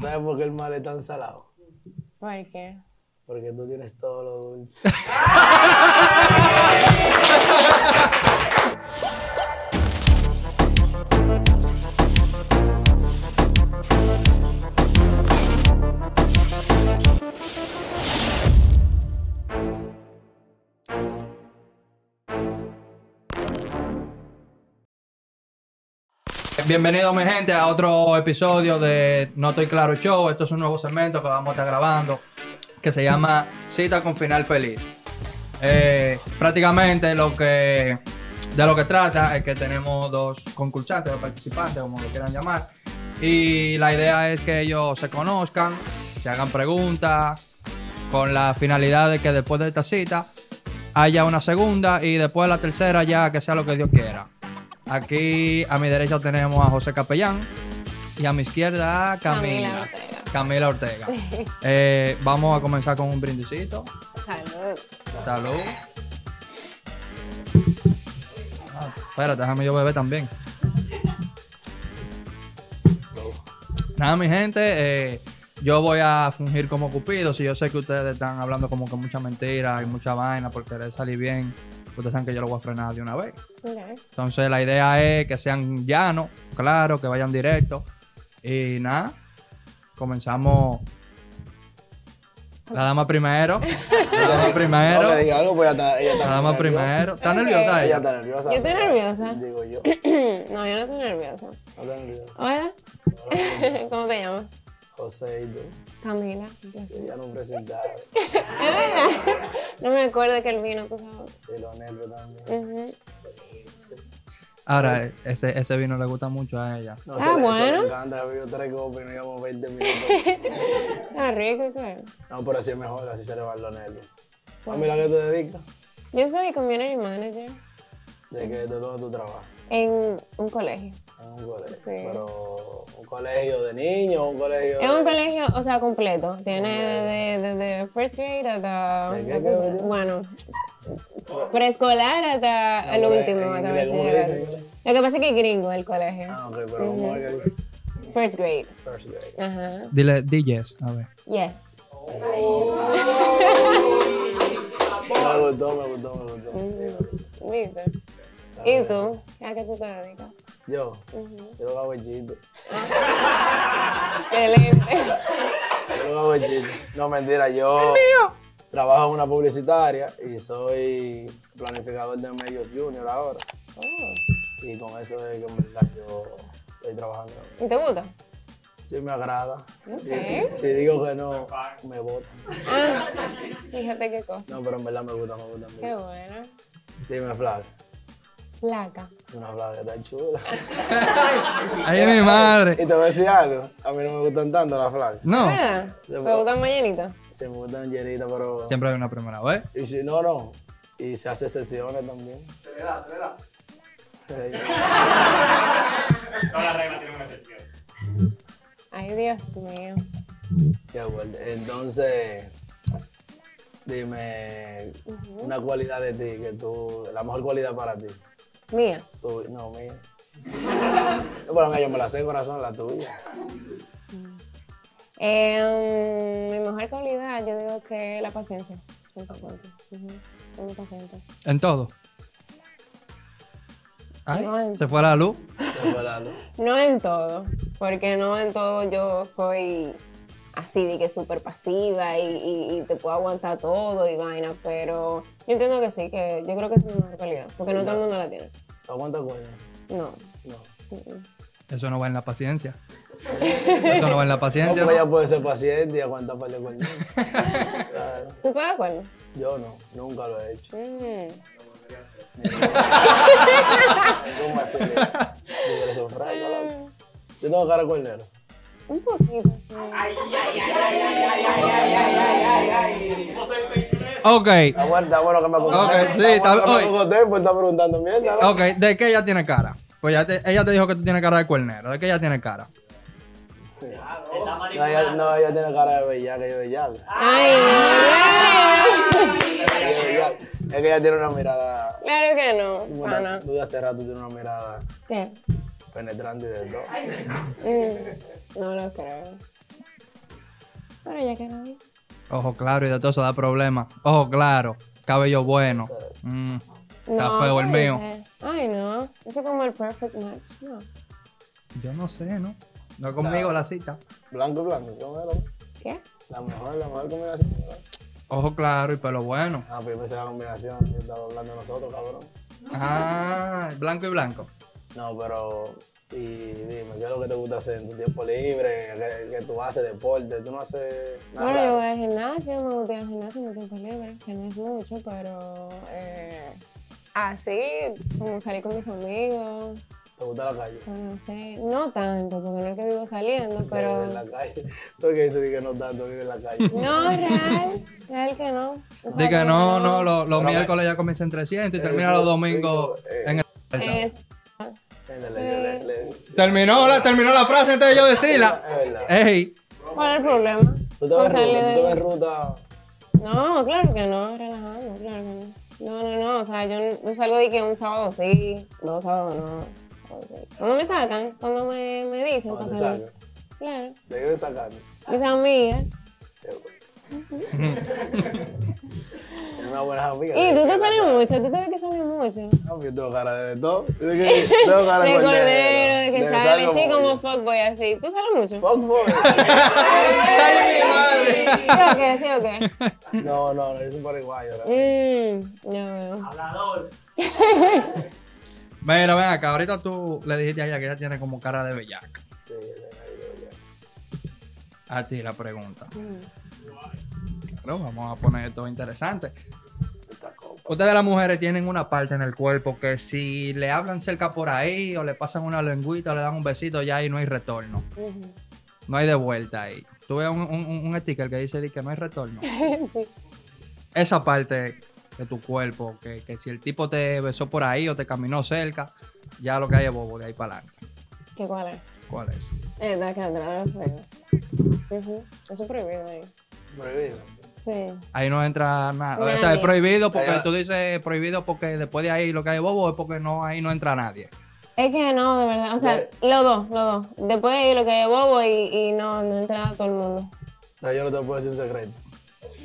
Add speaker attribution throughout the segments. Speaker 1: ¿Sabes por qué el mar es tan salado?
Speaker 2: ¿Por qué?
Speaker 1: Porque tú tienes todo lo dulce.
Speaker 3: Bienvenido mi gente a otro episodio de No Estoy Claro Show. Esto es un nuevo segmento que vamos a estar grabando que se llama Cita con Final Feliz. Eh, prácticamente lo que de lo que trata es que tenemos dos concursantes o participantes, como lo quieran llamar, y la idea es que ellos se conozcan, se hagan preguntas, con la finalidad de que después de esta cita haya una segunda y después la tercera ya que sea lo que Dios quiera. Aquí a mi derecha tenemos a José Capellán y a mi izquierda a Camila. Camila Ortega. Eh, vamos a comenzar con un brindisito.
Speaker 2: Salud.
Speaker 3: Salud. Ah, espérate, déjame yo beber también. Nada, mi gente, eh, yo voy a fungir como Cupido. Si yo sé que ustedes están hablando como que mucha mentira y mucha vaina por querer salir bien, ustedes saben que yo lo voy a frenar de una vez.
Speaker 2: Ok.
Speaker 3: Entonces, la idea es que sean llanos, claros, que vayan directo. Y nada, comenzamos. La dama primero. La dama
Speaker 1: No te
Speaker 3: primero.
Speaker 1: diga algo, pues ella está, ella está
Speaker 3: La dama
Speaker 1: nerviosa.
Speaker 3: primero. ¿Está
Speaker 2: Ok.
Speaker 3: nerviosa
Speaker 1: Ella
Speaker 3: ella?
Speaker 1: está nerviosa.
Speaker 2: Yo estoy
Speaker 1: pero-
Speaker 2: nerviosa.
Speaker 1: Digo yo.
Speaker 2: no, yo no estoy nerviosa.
Speaker 1: No está nerviosa.
Speaker 2: Hola. ¿Cómo te llamas?
Speaker 1: José y tú.
Speaker 2: Camila.
Speaker 1: Ella no presentaba.
Speaker 2: Es verdad. Ah. No me acuerdo que el vino, tú sabes.
Speaker 1: Sí, los nervios también.
Speaker 2: Ujú.
Speaker 3: Ahora, ese, ese vino le gusta mucho a ella.
Speaker 1: No,
Speaker 2: Ah,
Speaker 1: eso le- eso le
Speaker 2: bueno.
Speaker 1: encanta, ha bebido tres copas y no llevamos 20 minutos.
Speaker 2: Está rico, claro.
Speaker 1: No, pero así es mejor, así se le van los nervios. A mí lo que te dedicas,
Speaker 2: Yo soy community manager
Speaker 1: de que de todo tu trabajo.
Speaker 2: en un colegio.
Speaker 1: En un colegio.
Speaker 2: Sí.
Speaker 1: Pero un colegio de niños, un colegio
Speaker 2: Es un
Speaker 1: de...
Speaker 2: colegio, o sea, completo. Tiene desde desde first grade hasta.
Speaker 1: ¿De qué grado?
Speaker 2: Bueno, preescolar hasta el
Speaker 1: pero en-
Speaker 2: último,
Speaker 1: en
Speaker 2: hasta
Speaker 1: inglés, ¿cómo le
Speaker 2: bachillerato.
Speaker 1: dicen?
Speaker 2: Lo que pasa es que es gringo el colegio.
Speaker 1: Ah, ok, pero ¿cómo es que dice?
Speaker 2: First grade.
Speaker 1: First grade.
Speaker 2: Ajá.
Speaker 3: Dile, di yes, a ver.
Speaker 2: Yes.
Speaker 1: Me gustó, me gustó, me gustó. Sí, me gustó.
Speaker 2: ¿Viste? ¿Y tú? ¿A qué tú te dedicas?
Speaker 1: Yo, yo lo hago el chiste.
Speaker 2: Excelente.
Speaker 1: Yo lo hago el chiste. No, mentira, yo trabajo en una publicitaria y soy planificador de medios junior ahora.
Speaker 2: Oh,
Speaker 1: Y con eso es que en verdad yo estoy trabajando.
Speaker 2: ¿Y te gusta?
Speaker 1: Sí me agrada. Sí,
Speaker 2: Ok.
Speaker 1: si digo que no, me votan.
Speaker 2: Ah, fíjate qué cosa.
Speaker 1: No, pero en verdad me gusta, me gusta. Me
Speaker 2: Qué
Speaker 1: gusta.
Speaker 2: bueno.
Speaker 1: Dime, Flag.
Speaker 2: Placa.
Speaker 1: Una Flag está chula.
Speaker 3: Ay, es mi
Speaker 1: Y te
Speaker 3: madre.
Speaker 1: voy a decir algo. A mí no me gustan tanto las Flag.
Speaker 3: No,
Speaker 2: ¿Verdad? ¿Te Ah, gustan mañanitas?
Speaker 1: Se me gustan llenitas, pero...
Speaker 3: siempre hay una primera vez.
Speaker 1: Y si no, no. Y se hace sesiones también. Se le da, se le da.
Speaker 4: Todas las reglas tienen una excepción.
Speaker 2: Ay, Dios mío.
Speaker 1: Qué bueno. Entonces, dime una cualidad de ti que tú, la mejor cualidad para ti.
Speaker 2: Mía.
Speaker 1: Tú, no, mía. No, pero mira, yo me la sé, corazón, la tuya.
Speaker 2: Eh, mm, mi mejor cualidad, yo digo que la paciencia. Soy paciente. Ujú, soy muy paciente.
Speaker 3: En todo. Ay,
Speaker 2: Ay.
Speaker 3: se fue la luz.
Speaker 1: Te fue la luz.
Speaker 2: No en todo, porque no en todo yo soy así de que súper pasiva y, y- y te puedo aguantar todo y vaina, pero yo entiendo que sí, que yo creo que es mi mejor cualidad, porque no todo el mundo la tiene.
Speaker 1: ¿Tú aguantas coño?
Speaker 2: No.
Speaker 1: No.
Speaker 3: Eso no va en la paciencia. Eso no va en la
Speaker 1: No,
Speaker 3: paciencia.
Speaker 1: porque
Speaker 3: ¿no?
Speaker 1: ella puede ser paciente y aguantar para el coño. Claro.
Speaker 2: ¿Tú estás de acuerdo?
Speaker 1: Yo no, nunca lo he hecho.
Speaker 2: Mm.
Speaker 1: ¿Cómo así? Yo le sofraigo, loco. Yo tengo cara de cuernero.
Speaker 2: Un poquito sí.
Speaker 3: Ok,
Speaker 1: Está bueno, está bueno que me acosté.
Speaker 3: Ok, sí,
Speaker 1: está
Speaker 3: está-
Speaker 1: bueno que
Speaker 3: oye.
Speaker 1: me acosté, pues está preguntando mierda. ¿no?
Speaker 3: ok. ¿De qué ella tiene cara? Pues ya te- ella te dijo que tú tienes cara de cuernero. ¿De qué ella tiene cara?
Speaker 1: No, ella, no, ella tiene cara de bellaca, yo bellaca.
Speaker 2: ¡Ay, no!
Speaker 1: Ella Es bellaca. Es que ella tiene una mirada.
Speaker 2: Claro que no,
Speaker 1: Bueno,
Speaker 2: pana.
Speaker 1: tú de hace rato tienes una mirada
Speaker 2: ¿Qué?
Speaker 1: penetrante y de todo.
Speaker 2: Mm, No lo creo. Pero ya que no dice.
Speaker 3: Ojo claro, y de todo eso da problemas. Ojo claro, cabello bueno. Mm, Está
Speaker 2: No,
Speaker 3: feo
Speaker 2: ¿qué
Speaker 3: el mío.
Speaker 2: dice? Ay, no. Eso es como el perfect match. No.
Speaker 3: Yo no sé, ¿no? No conmigo la cita.
Speaker 1: Blanco y blanco, ¿cómo era?
Speaker 2: ¿Qué?
Speaker 1: La mejor, la mejor combinación. ¿no?
Speaker 3: Ojo claro y pelo bueno.
Speaker 1: Ah, pero yo pensé la combinación, yo estaba hablando de nosotros, cabrón.
Speaker 3: Ah, blanco y blanco.
Speaker 1: No, pero. Y dime, ¿qué es lo que te gusta hacer en tu tiempo libre? ¿Qué, qué tú haces? ¿Deporte? ¿Tú no haces nada?
Speaker 2: Bueno, yo
Speaker 1: raro?
Speaker 2: voy al gimnasio, me gusta ir al gimnasio en mi tiempo libre, que no es mucho, pero eh, así, como salir con mis amigos,
Speaker 1: ¿Te gusta la calle?
Speaker 2: conocer, no tanto, porque no es que vivo saliendo, pero...
Speaker 1: Vive en la calle. Porque dice que no tanto vive en la calle. Eh,
Speaker 2: No, real, real que no. O sea,
Speaker 3: Diga que no, no, los, los
Speaker 1: Pero
Speaker 3: miércoles ya comienzan 300 y
Speaker 1: Eso,
Speaker 3: termina los domingos
Speaker 1: digo, eh,
Speaker 3: en el...
Speaker 2: Es,
Speaker 1: Éndale, yo le- le-
Speaker 3: Terminó la, terminó la eh, frase antes de yo decirla.
Speaker 1: Ah, Es verdad.
Speaker 3: Ey,
Speaker 2: ¿Cuál es el problema?
Speaker 1: Tú te ves
Speaker 2: Con salir
Speaker 1: ruta, tú
Speaker 2: de-
Speaker 1: te ves ruta.
Speaker 2: No, claro que no, relajando, claro que no. No, no, no, o sea, yo, no- yo salgo de que un sábado sí, dos sábados no. Cuando me sacan, cuando me, me dicen,
Speaker 1: ¿Dónde
Speaker 2: para
Speaker 1: sacan?
Speaker 2: salir. Claro.
Speaker 1: ¿De qué me sacan?
Speaker 2: Mis amigas.
Speaker 1: Es una buena amiga.
Speaker 2: Y tú te sales mucho, tú te ves que sales mucho.
Speaker 1: No, yo tengo cara de todo. Dice que tengo cara
Speaker 2: De
Speaker 1: de
Speaker 2: cordero,
Speaker 1: cordero,
Speaker 2: de que
Speaker 1: de
Speaker 2: sale
Speaker 1: salgo
Speaker 2: así como
Speaker 1: movido.
Speaker 2: fuckboy, así. Tú sales mucho.
Speaker 1: Fuckboy.
Speaker 3: ¡Ay, mi madre!
Speaker 2: ¿Sí o qué? ¿Sí o qué?
Speaker 1: No, no, no, yo soy un paraguayo. ¿verdad?
Speaker 2: Mmm, ya veo.
Speaker 4: Hablador.
Speaker 3: Mira, ven acá, ahorita tú le dijiste a ella que ella tiene como cara de bellaca.
Speaker 1: Sí, de ahí, de ahí.
Speaker 3: A ti la pregunta. Claro, vamos a poner esto interesante.
Speaker 1: Esta copa.
Speaker 3: Ustedes las mujeres tienen una parte en el cuerpo que si le hablan cerca por ahí o le pasan una lengüita o le dan un besito, ya ahí no hay retorno. No hay de vuelta ahí. Tuve un, un, un sticker que dice di que no hay retorno.
Speaker 2: Ujú. Sí.
Speaker 3: Esa parte de tu cuerpo, que, que si el tipo te besó por ahí o te caminó cerca, ya lo que hay es bobo de ahí para adelante.
Speaker 2: ¿Qué cuál es?
Speaker 3: ¿Cuál es?
Speaker 2: Eh, da que atrás, pero. Ujú. Eso es prohibido ahí.
Speaker 1: Prohibido.
Speaker 2: Sí.
Speaker 3: Ahí no entra nada. O sea,
Speaker 2: Nadie.
Speaker 3: es prohibido porque
Speaker 1: Ahí va.
Speaker 3: tú dices prohibido porque después de ahí lo que hay es bobo es porque no ahí no entra nadie.
Speaker 2: Es que no, de verdad. O sea, los dos, los dos. Después de ahí lo que hay es bobo y, y no, no entra todo el mundo.
Speaker 1: No, yo no te puedo decir un secreto.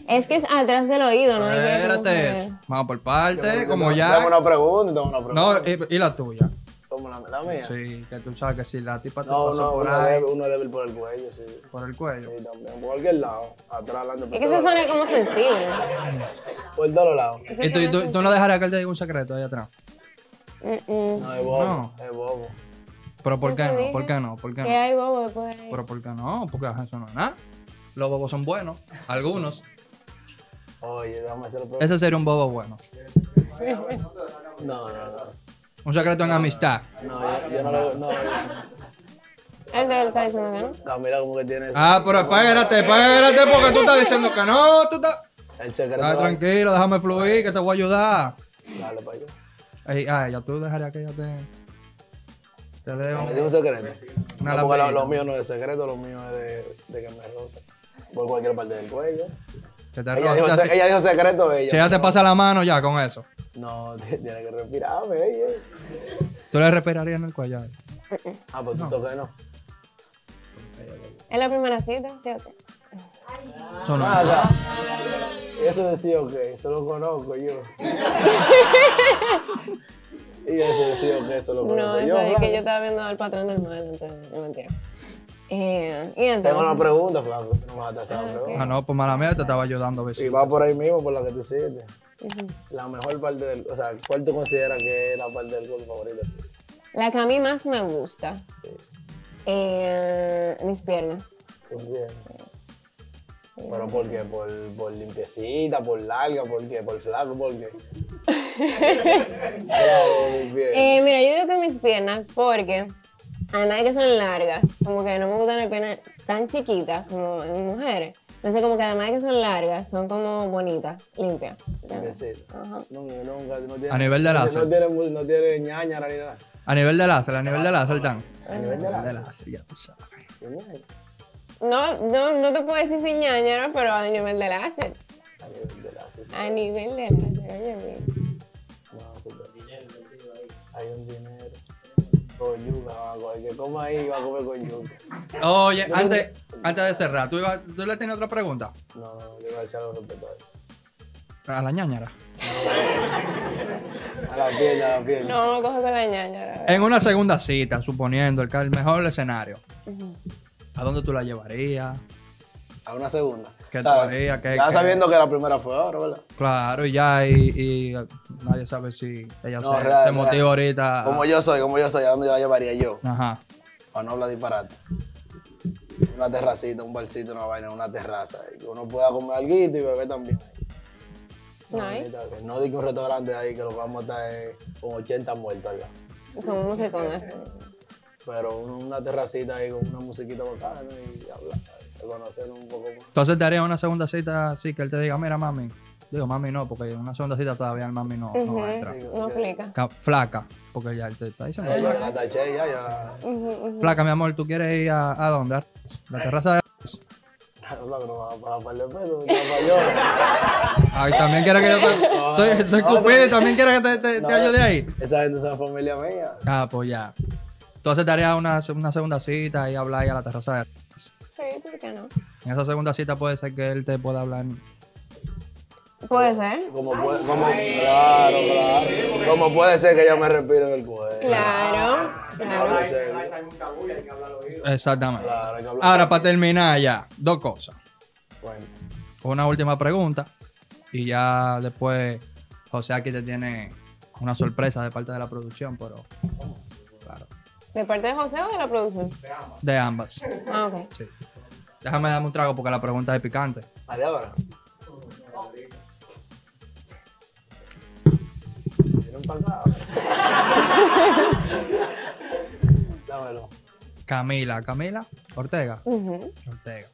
Speaker 2: Es que es atrás del oído, ¿no? Hay que
Speaker 3: Espérate,
Speaker 2: como
Speaker 3: vamos por
Speaker 1: Yo
Speaker 3: parte,
Speaker 1: tengo-
Speaker 3: como
Speaker 1: Tengo
Speaker 3: ya.
Speaker 1: una pregunta, tengo una pregunta.
Speaker 3: No, y, y la tuya.
Speaker 1: ¿Cómo la, la mía?
Speaker 3: Sí, que tú sabes que si la tipa te
Speaker 1: No,
Speaker 3: pasó
Speaker 1: no,
Speaker 3: por
Speaker 1: uno
Speaker 3: ahí,
Speaker 1: débil, uno débil por el cuello, sí.
Speaker 3: por el cuello.
Speaker 1: Sí, también. Por cualquier lado. Atrás, adelante.
Speaker 2: que-
Speaker 1: por
Speaker 2: Es que se
Speaker 1: todos
Speaker 2: suena
Speaker 1: lados.
Speaker 2: como sensible.
Speaker 1: Por todos lados.
Speaker 2: Eso
Speaker 3: Y tú,
Speaker 2: suena
Speaker 3: tú-
Speaker 2: sensible.
Speaker 3: tú no dejarías que él te diga un secreto ahí atrás.
Speaker 2: Mm, mm.
Speaker 1: No, es bobo.
Speaker 3: No.
Speaker 1: Es bobo.
Speaker 3: Pero ¿por
Speaker 2: Yo
Speaker 3: qué
Speaker 2: te
Speaker 3: no?
Speaker 2: dije
Speaker 3: ¿Por qué no? ¿Por qué
Speaker 2: Que
Speaker 3: no?
Speaker 2: hay bobo después
Speaker 1: Eh.
Speaker 2: de ahí.
Speaker 3: Pero ¿por qué no? Porque ajá, eso no es nada. Los bobos son buenos, algunos.
Speaker 1: Oye, déjame hacer otra pregunta.
Speaker 3: Ese sería un bobo bueno.
Speaker 1: No, no, no.
Speaker 3: Un secreto en amistad.
Speaker 1: No, yo, yo no lo. No, yo-
Speaker 2: Él te está diciendo que no.
Speaker 1: Camila, como que tiene. ese-
Speaker 3: Ah, pero espérate, espérate, porque tú estás diciendo que no, tú estás...
Speaker 1: El secreto.
Speaker 3: Ah, tranquilo, déjame fluir, que te voy a ayudar.
Speaker 1: Dale para allá.
Speaker 3: Ey, ah, ya tú dejarías que ella te... Te dé
Speaker 1: Me
Speaker 3: un-
Speaker 1: dio un secreto.
Speaker 3: Una
Speaker 1: No, porque lo,
Speaker 3: lampadita.
Speaker 1: lo mío no es secreto, lo mío es de, de que me roce. Por cualquier parte del cuello.
Speaker 3: que te
Speaker 1: Ella
Speaker 3: roce.
Speaker 1: dijo,
Speaker 3: Ya,
Speaker 1: se-
Speaker 3: si-
Speaker 1: ella dijo secreto, ella.
Speaker 3: si ella te pasa la mano ya con eso.
Speaker 1: No, tiene que respirarme, ella.
Speaker 3: Tú le respirarías en el cuello. a él.
Speaker 1: Ah, pues tú toques no.
Speaker 2: Es la primera cita, ¿sí o qué?
Speaker 3: Eso no.
Speaker 1: Nada. Eso decía ok, eso lo conozco yo. y eso decía ok, eso lo conozco
Speaker 2: No,
Speaker 1: yo.
Speaker 2: eso es
Speaker 1: claro.
Speaker 2: que yo estaba viendo el patrón del mal, entonces, no mentira. Eh, y entonces.
Speaker 1: Tengo una pregunta, Flaco, tú no me vas a hacer una pregunta.
Speaker 3: Ah, no, pues mala mía, te estaba ayudando,
Speaker 1: Y
Speaker 3: besito.
Speaker 1: va por ahí mismo, por la que tú hiciste. La mejor parte del. O sea, ¿cuál tú consideras que es la parte del gol favorita?
Speaker 2: La que a mí más me gusta.
Speaker 1: Sí.
Speaker 2: Eh, mis piernas.
Speaker 1: ¿Tú entiendes? ¿Pero por qué? ¿Por, por limpiecita, por larga, por qué? ¿Por flaco, por qué? Claro, bien.
Speaker 2: Eh, mira, yo digo que mis piernas porque, además de que son largas, como que no me gustan las piernas tan chiquitas como en mujeres. Entonces, como que además de que son largas, son como bonitas, limpias.
Speaker 1: Limpiecita.
Speaker 2: Ajá.
Speaker 1: Nunca, nunca, no tiene,
Speaker 3: A nivel de
Speaker 1: no
Speaker 3: láser.
Speaker 1: tiene- No tiene, no tiene ñaña, ni nada.
Speaker 3: A nivel de láser, a nivel de láser, Dan.
Speaker 1: A nivel de
Speaker 3: A nivel
Speaker 1: láser.
Speaker 3: de láser, ya tú sabes.
Speaker 1: Genial.
Speaker 2: No, no, no te puedo decir sin ñañara, pero a nivel de láser.
Speaker 1: A nivel de láser. sí.
Speaker 2: A nivel de láser, oye, mira.
Speaker 1: No, sí, pero- Hay un dinero. Con yuca, va a comer. Que coma ahí, va a comer con yuca.
Speaker 3: Oye, antes, Antes de cerrar, ¿tú, ibas- tú le tenías otra pregunta?
Speaker 1: No, no, yo iba a decir algo respecto a eso.
Speaker 3: A la ñañara.
Speaker 1: A la piel, a la piel.
Speaker 2: No, me coge con la ñaña. la verdad.
Speaker 3: En una segunda cita, suponiendo el, ca- el mejor escenario, ¿a dónde tú la llevarías?
Speaker 1: A una segunda.
Speaker 3: ¿Qué
Speaker 1: O sea,
Speaker 3: tú harías? ¿Qué-
Speaker 1: ya
Speaker 3: qué?
Speaker 1: sabiendo que la primera fue ahora, ¿verdad?
Speaker 3: Claro, y ya, y, y nadie sabe si ella
Speaker 1: No,
Speaker 3: se,
Speaker 1: real,
Speaker 3: se motiva
Speaker 1: real.
Speaker 3: ahorita. a-
Speaker 1: Como yo soy, como yo soy, ¿a dónde yo la llevaría yo?
Speaker 3: Ajá.
Speaker 1: Para no hablar disparate. Una terracita, un barcito, una vaina, una terraza. y que uno pueda comer algo y beber también.
Speaker 2: Nice.
Speaker 1: No di que un restaurante ahí que lo vamos a estar eh, con 80 muertos allá.
Speaker 2: Como musicón así.
Speaker 1: Pero un- una terracita ahí con una musiquita bacana y hablar, eh, conocer un poco más.
Speaker 3: Entonces te haría una segunda cita así que él te diga, mira mami. Digo, mami no, porque en una segunda cita todavía el mami no, no va a entrar.
Speaker 2: No aplica.
Speaker 3: Ca- Flaca, porque ya él te está diciendo.
Speaker 1: Eh, yo la taché ya, ya.
Speaker 3: Flaca, mi amor, ¿tú quieres ir a, a dónde? A La terraza de...
Speaker 1: Claro, no va a pagar par de pesos, ya para
Speaker 3: Ay, también quieres que yo te... Soy, soy cupido y también quieres que te, te- te
Speaker 1: No.
Speaker 3: ayude ahí.
Speaker 1: yo. Esa gente es una familia mía.
Speaker 3: Ah, pues ya. Entonces te haría una, una segunda cita y hablar ahí a la terraza de...
Speaker 2: Sí, ¿por qué no?
Speaker 3: En esa segunda cita puede ser que él te pueda hablar.
Speaker 2: Puede ser.
Speaker 1: Como puede, como, claro, claro. Como puede ser que ella me respire en el cuello.
Speaker 2: Claro,
Speaker 1: Como
Speaker 2: claro.
Speaker 1: puede ser.
Speaker 4: Hay algún tabú y hay que hablar al oído.
Speaker 3: Exactamente.
Speaker 1: Claro, hay que hablar.
Speaker 3: Ahora, para terminar ya, dos cosas.
Speaker 1: Bueno,
Speaker 3: Una última pregunta. Y ya después José aquí te tiene una sorpresa de parte de la producción, pero
Speaker 2: ¿De parte de José o de la producción?
Speaker 3: de ambas.
Speaker 2: Ah, ok.
Speaker 3: Sí. Déjame darme un trago porque la pregunta es picante.
Speaker 1: a Ah, de ahora. Tiene un pancado. Dámelo.
Speaker 3: Camila, Camila Ortega.
Speaker 2: Ujú.
Speaker 3: Ortega.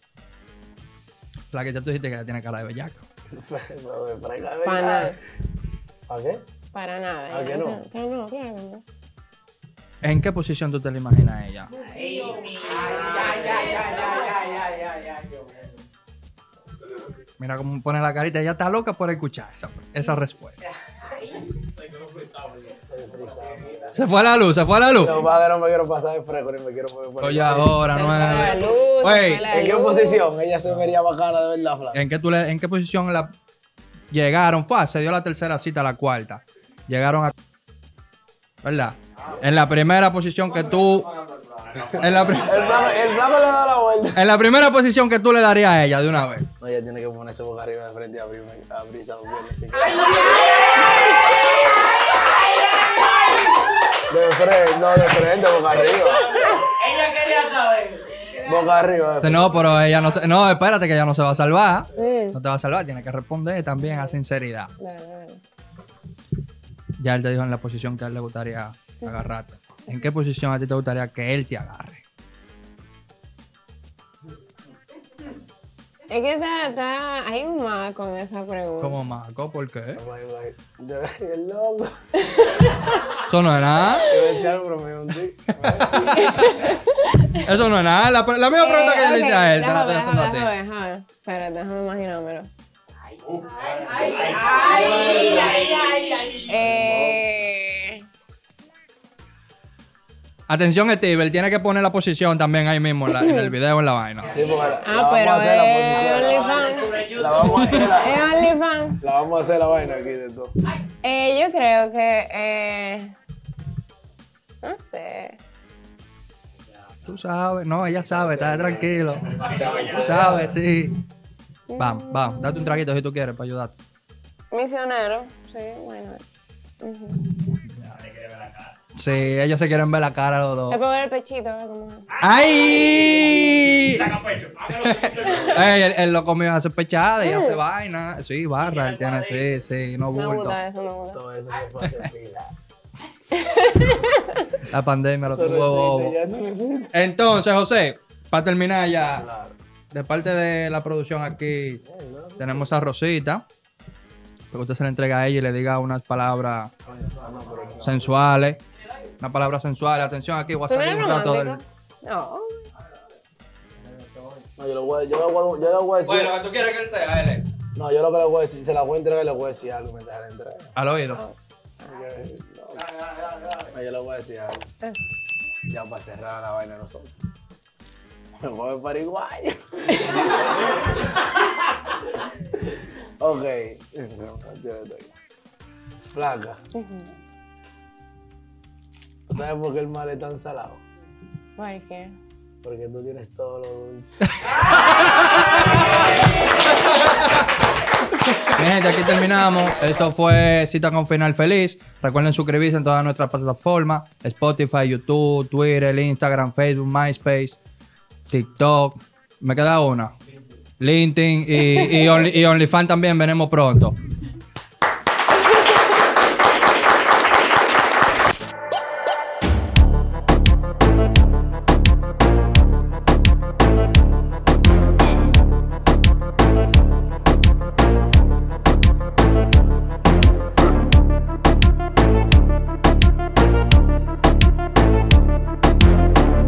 Speaker 3: La que ya tú dijiste que tiene cara de bellaco.
Speaker 1: ¿Para
Speaker 2: Para nada.
Speaker 1: ¿Para qué?
Speaker 2: Para nada.
Speaker 1: Ah, ¿que no?
Speaker 2: Que no, claro. que no.
Speaker 3: ¿En qué posición tú te la imaginas a ella? Mira cómo pone la carita. Ella está loca por escuchar esa, esa respuesta. Se fue a la luz, se fue a la luz.
Speaker 1: Los padres no me quiero pasar de fresco ni me quiero poner por
Speaker 3: Oye, ahora,
Speaker 2: Se fue la
Speaker 3: nueve.
Speaker 2: luz, se fue
Speaker 3: Wey,
Speaker 2: la
Speaker 1: ¿En qué
Speaker 2: luz.
Speaker 1: posición? Ella se vería bacana de verdad, Flaco.
Speaker 3: ¿En qué, tú le- ¿En qué posición la llegaron? Fue, se dio la tercera cita, la cuarta. Llegaron a. ¿Verdad? En la primera posición que tú. En la, pri-
Speaker 1: El flaco, el flaco le da la vuelta.
Speaker 3: en la primera posición que tú le darías a ella de una vez.
Speaker 1: No, ella tiene que ponerse boca arriba de frente y abrir, abrir esa pierna así. De frente, no, de frente, boca arriba.
Speaker 4: Ella quería saber.
Speaker 1: Boca arriba. de frente.
Speaker 3: No, pero ella no se. No, espérate, que ella no se va a salvar.
Speaker 2: Mm.
Speaker 3: No te va a salvar, tiene que responder también a sinceridad.
Speaker 2: Dale, dale.
Speaker 3: Ya él te dijo en la posición que a él le gustaría agarrarte. ¿En qué posición a ti te gustaría que él te agarre?
Speaker 2: Es que está, está, hay un más con esa pregunta.
Speaker 3: Como mago, ¿por qué?
Speaker 1: Ay, ay, ay. El loco.
Speaker 3: Eso no es nada.
Speaker 1: Yo decía algo, pero me hundí.
Speaker 3: Eso no es nada. La, la misma pregunta que yo le hice a él, te la
Speaker 2: Eh, Déjame,
Speaker 3: estoy haciendo a ti.
Speaker 2: déjame, déjame. Espera, déjame imaginármelo. Eh,
Speaker 3: Atención, Steve, él tiene que poner la posición también ahí mismo en, la- en el video, en la vaina.
Speaker 1: Sí, porque la, la
Speaker 2: ah,
Speaker 1: vamos
Speaker 2: pero
Speaker 1: a hacer la
Speaker 2: es
Speaker 1: posición.
Speaker 2: OnlyFans. Eh,
Speaker 1: La vamos a hacer la,
Speaker 2: Es OnlyFans.
Speaker 1: la vamos a hacer la vaina aquí de todo.
Speaker 2: Eh, yo creo que. Eh, no sé.
Speaker 3: Tú sabes, no, ella sabe, está tranquilo. Sabe, sí. Vamos, vamos, date un traguito si tú quieres para ayudarte.
Speaker 2: Misionero. Sí, bueno.
Speaker 3: Sí, ellos se quieren ver la cara
Speaker 2: Te
Speaker 3: los dos.
Speaker 2: puedo ver el pechito, a ver cómo es.
Speaker 3: ¡Ay!
Speaker 4: Saca pecho.
Speaker 3: Ey, él, él lo comió hace pechada y hace vaina. Sí, barra, él tiene, sí, sí, no
Speaker 2: Me
Speaker 3: bulto.
Speaker 2: gusta eso, me gusta.
Speaker 1: Todo eso que fue hacer fila.
Speaker 3: La pandemia lo
Speaker 1: Eso
Speaker 3: tuvo
Speaker 1: no
Speaker 3: bobo.
Speaker 1: existe, ya eso no existe.
Speaker 3: Entonces, José, para terminar ya,
Speaker 1: Claro.
Speaker 3: de parte de la producción aquí, tenemos a Rosita. Pero usted se la entrega a ella y le diga unas palabras
Speaker 1: Coño, ah, no, pero no.
Speaker 3: sensuales. Una palabra sensual. Atención aquí, voy a
Speaker 2: ¿Tú no
Speaker 3: salir
Speaker 2: eres
Speaker 3: un rato del.
Speaker 2: romántico? No.
Speaker 1: No, yo lo voy a, yo lo voy a- yo lo voy a decir.
Speaker 3: que tú quieres que él sea, él.
Speaker 1: No, yo lo que le voy a decir, se la voy a entregar y le voy a decir algo mientras la entrega.
Speaker 3: Al oído.
Speaker 1: No, yo le voy a decir algo.
Speaker 2: Eh,
Speaker 1: Ya para cerrar la vaina nosotros. Me voy paraguayo. ok. No, yo estoy- Flaca. ¿Tú sabes por qué el mar es tan salado?
Speaker 2: ¿Por qué?
Speaker 1: Porque tú tienes todo lo dulce.
Speaker 3: Bien, gente, aquí terminamos. Esto fue Cita con Final Feliz. Recuerden suscribirse en todas nuestras plataformas: Spotify, YouTube, Twitter, Instagram, Facebook, MySpace, TikTok. Me queda una. LinkedIn y, y Only- y OnlyFans también. Venimos pronto.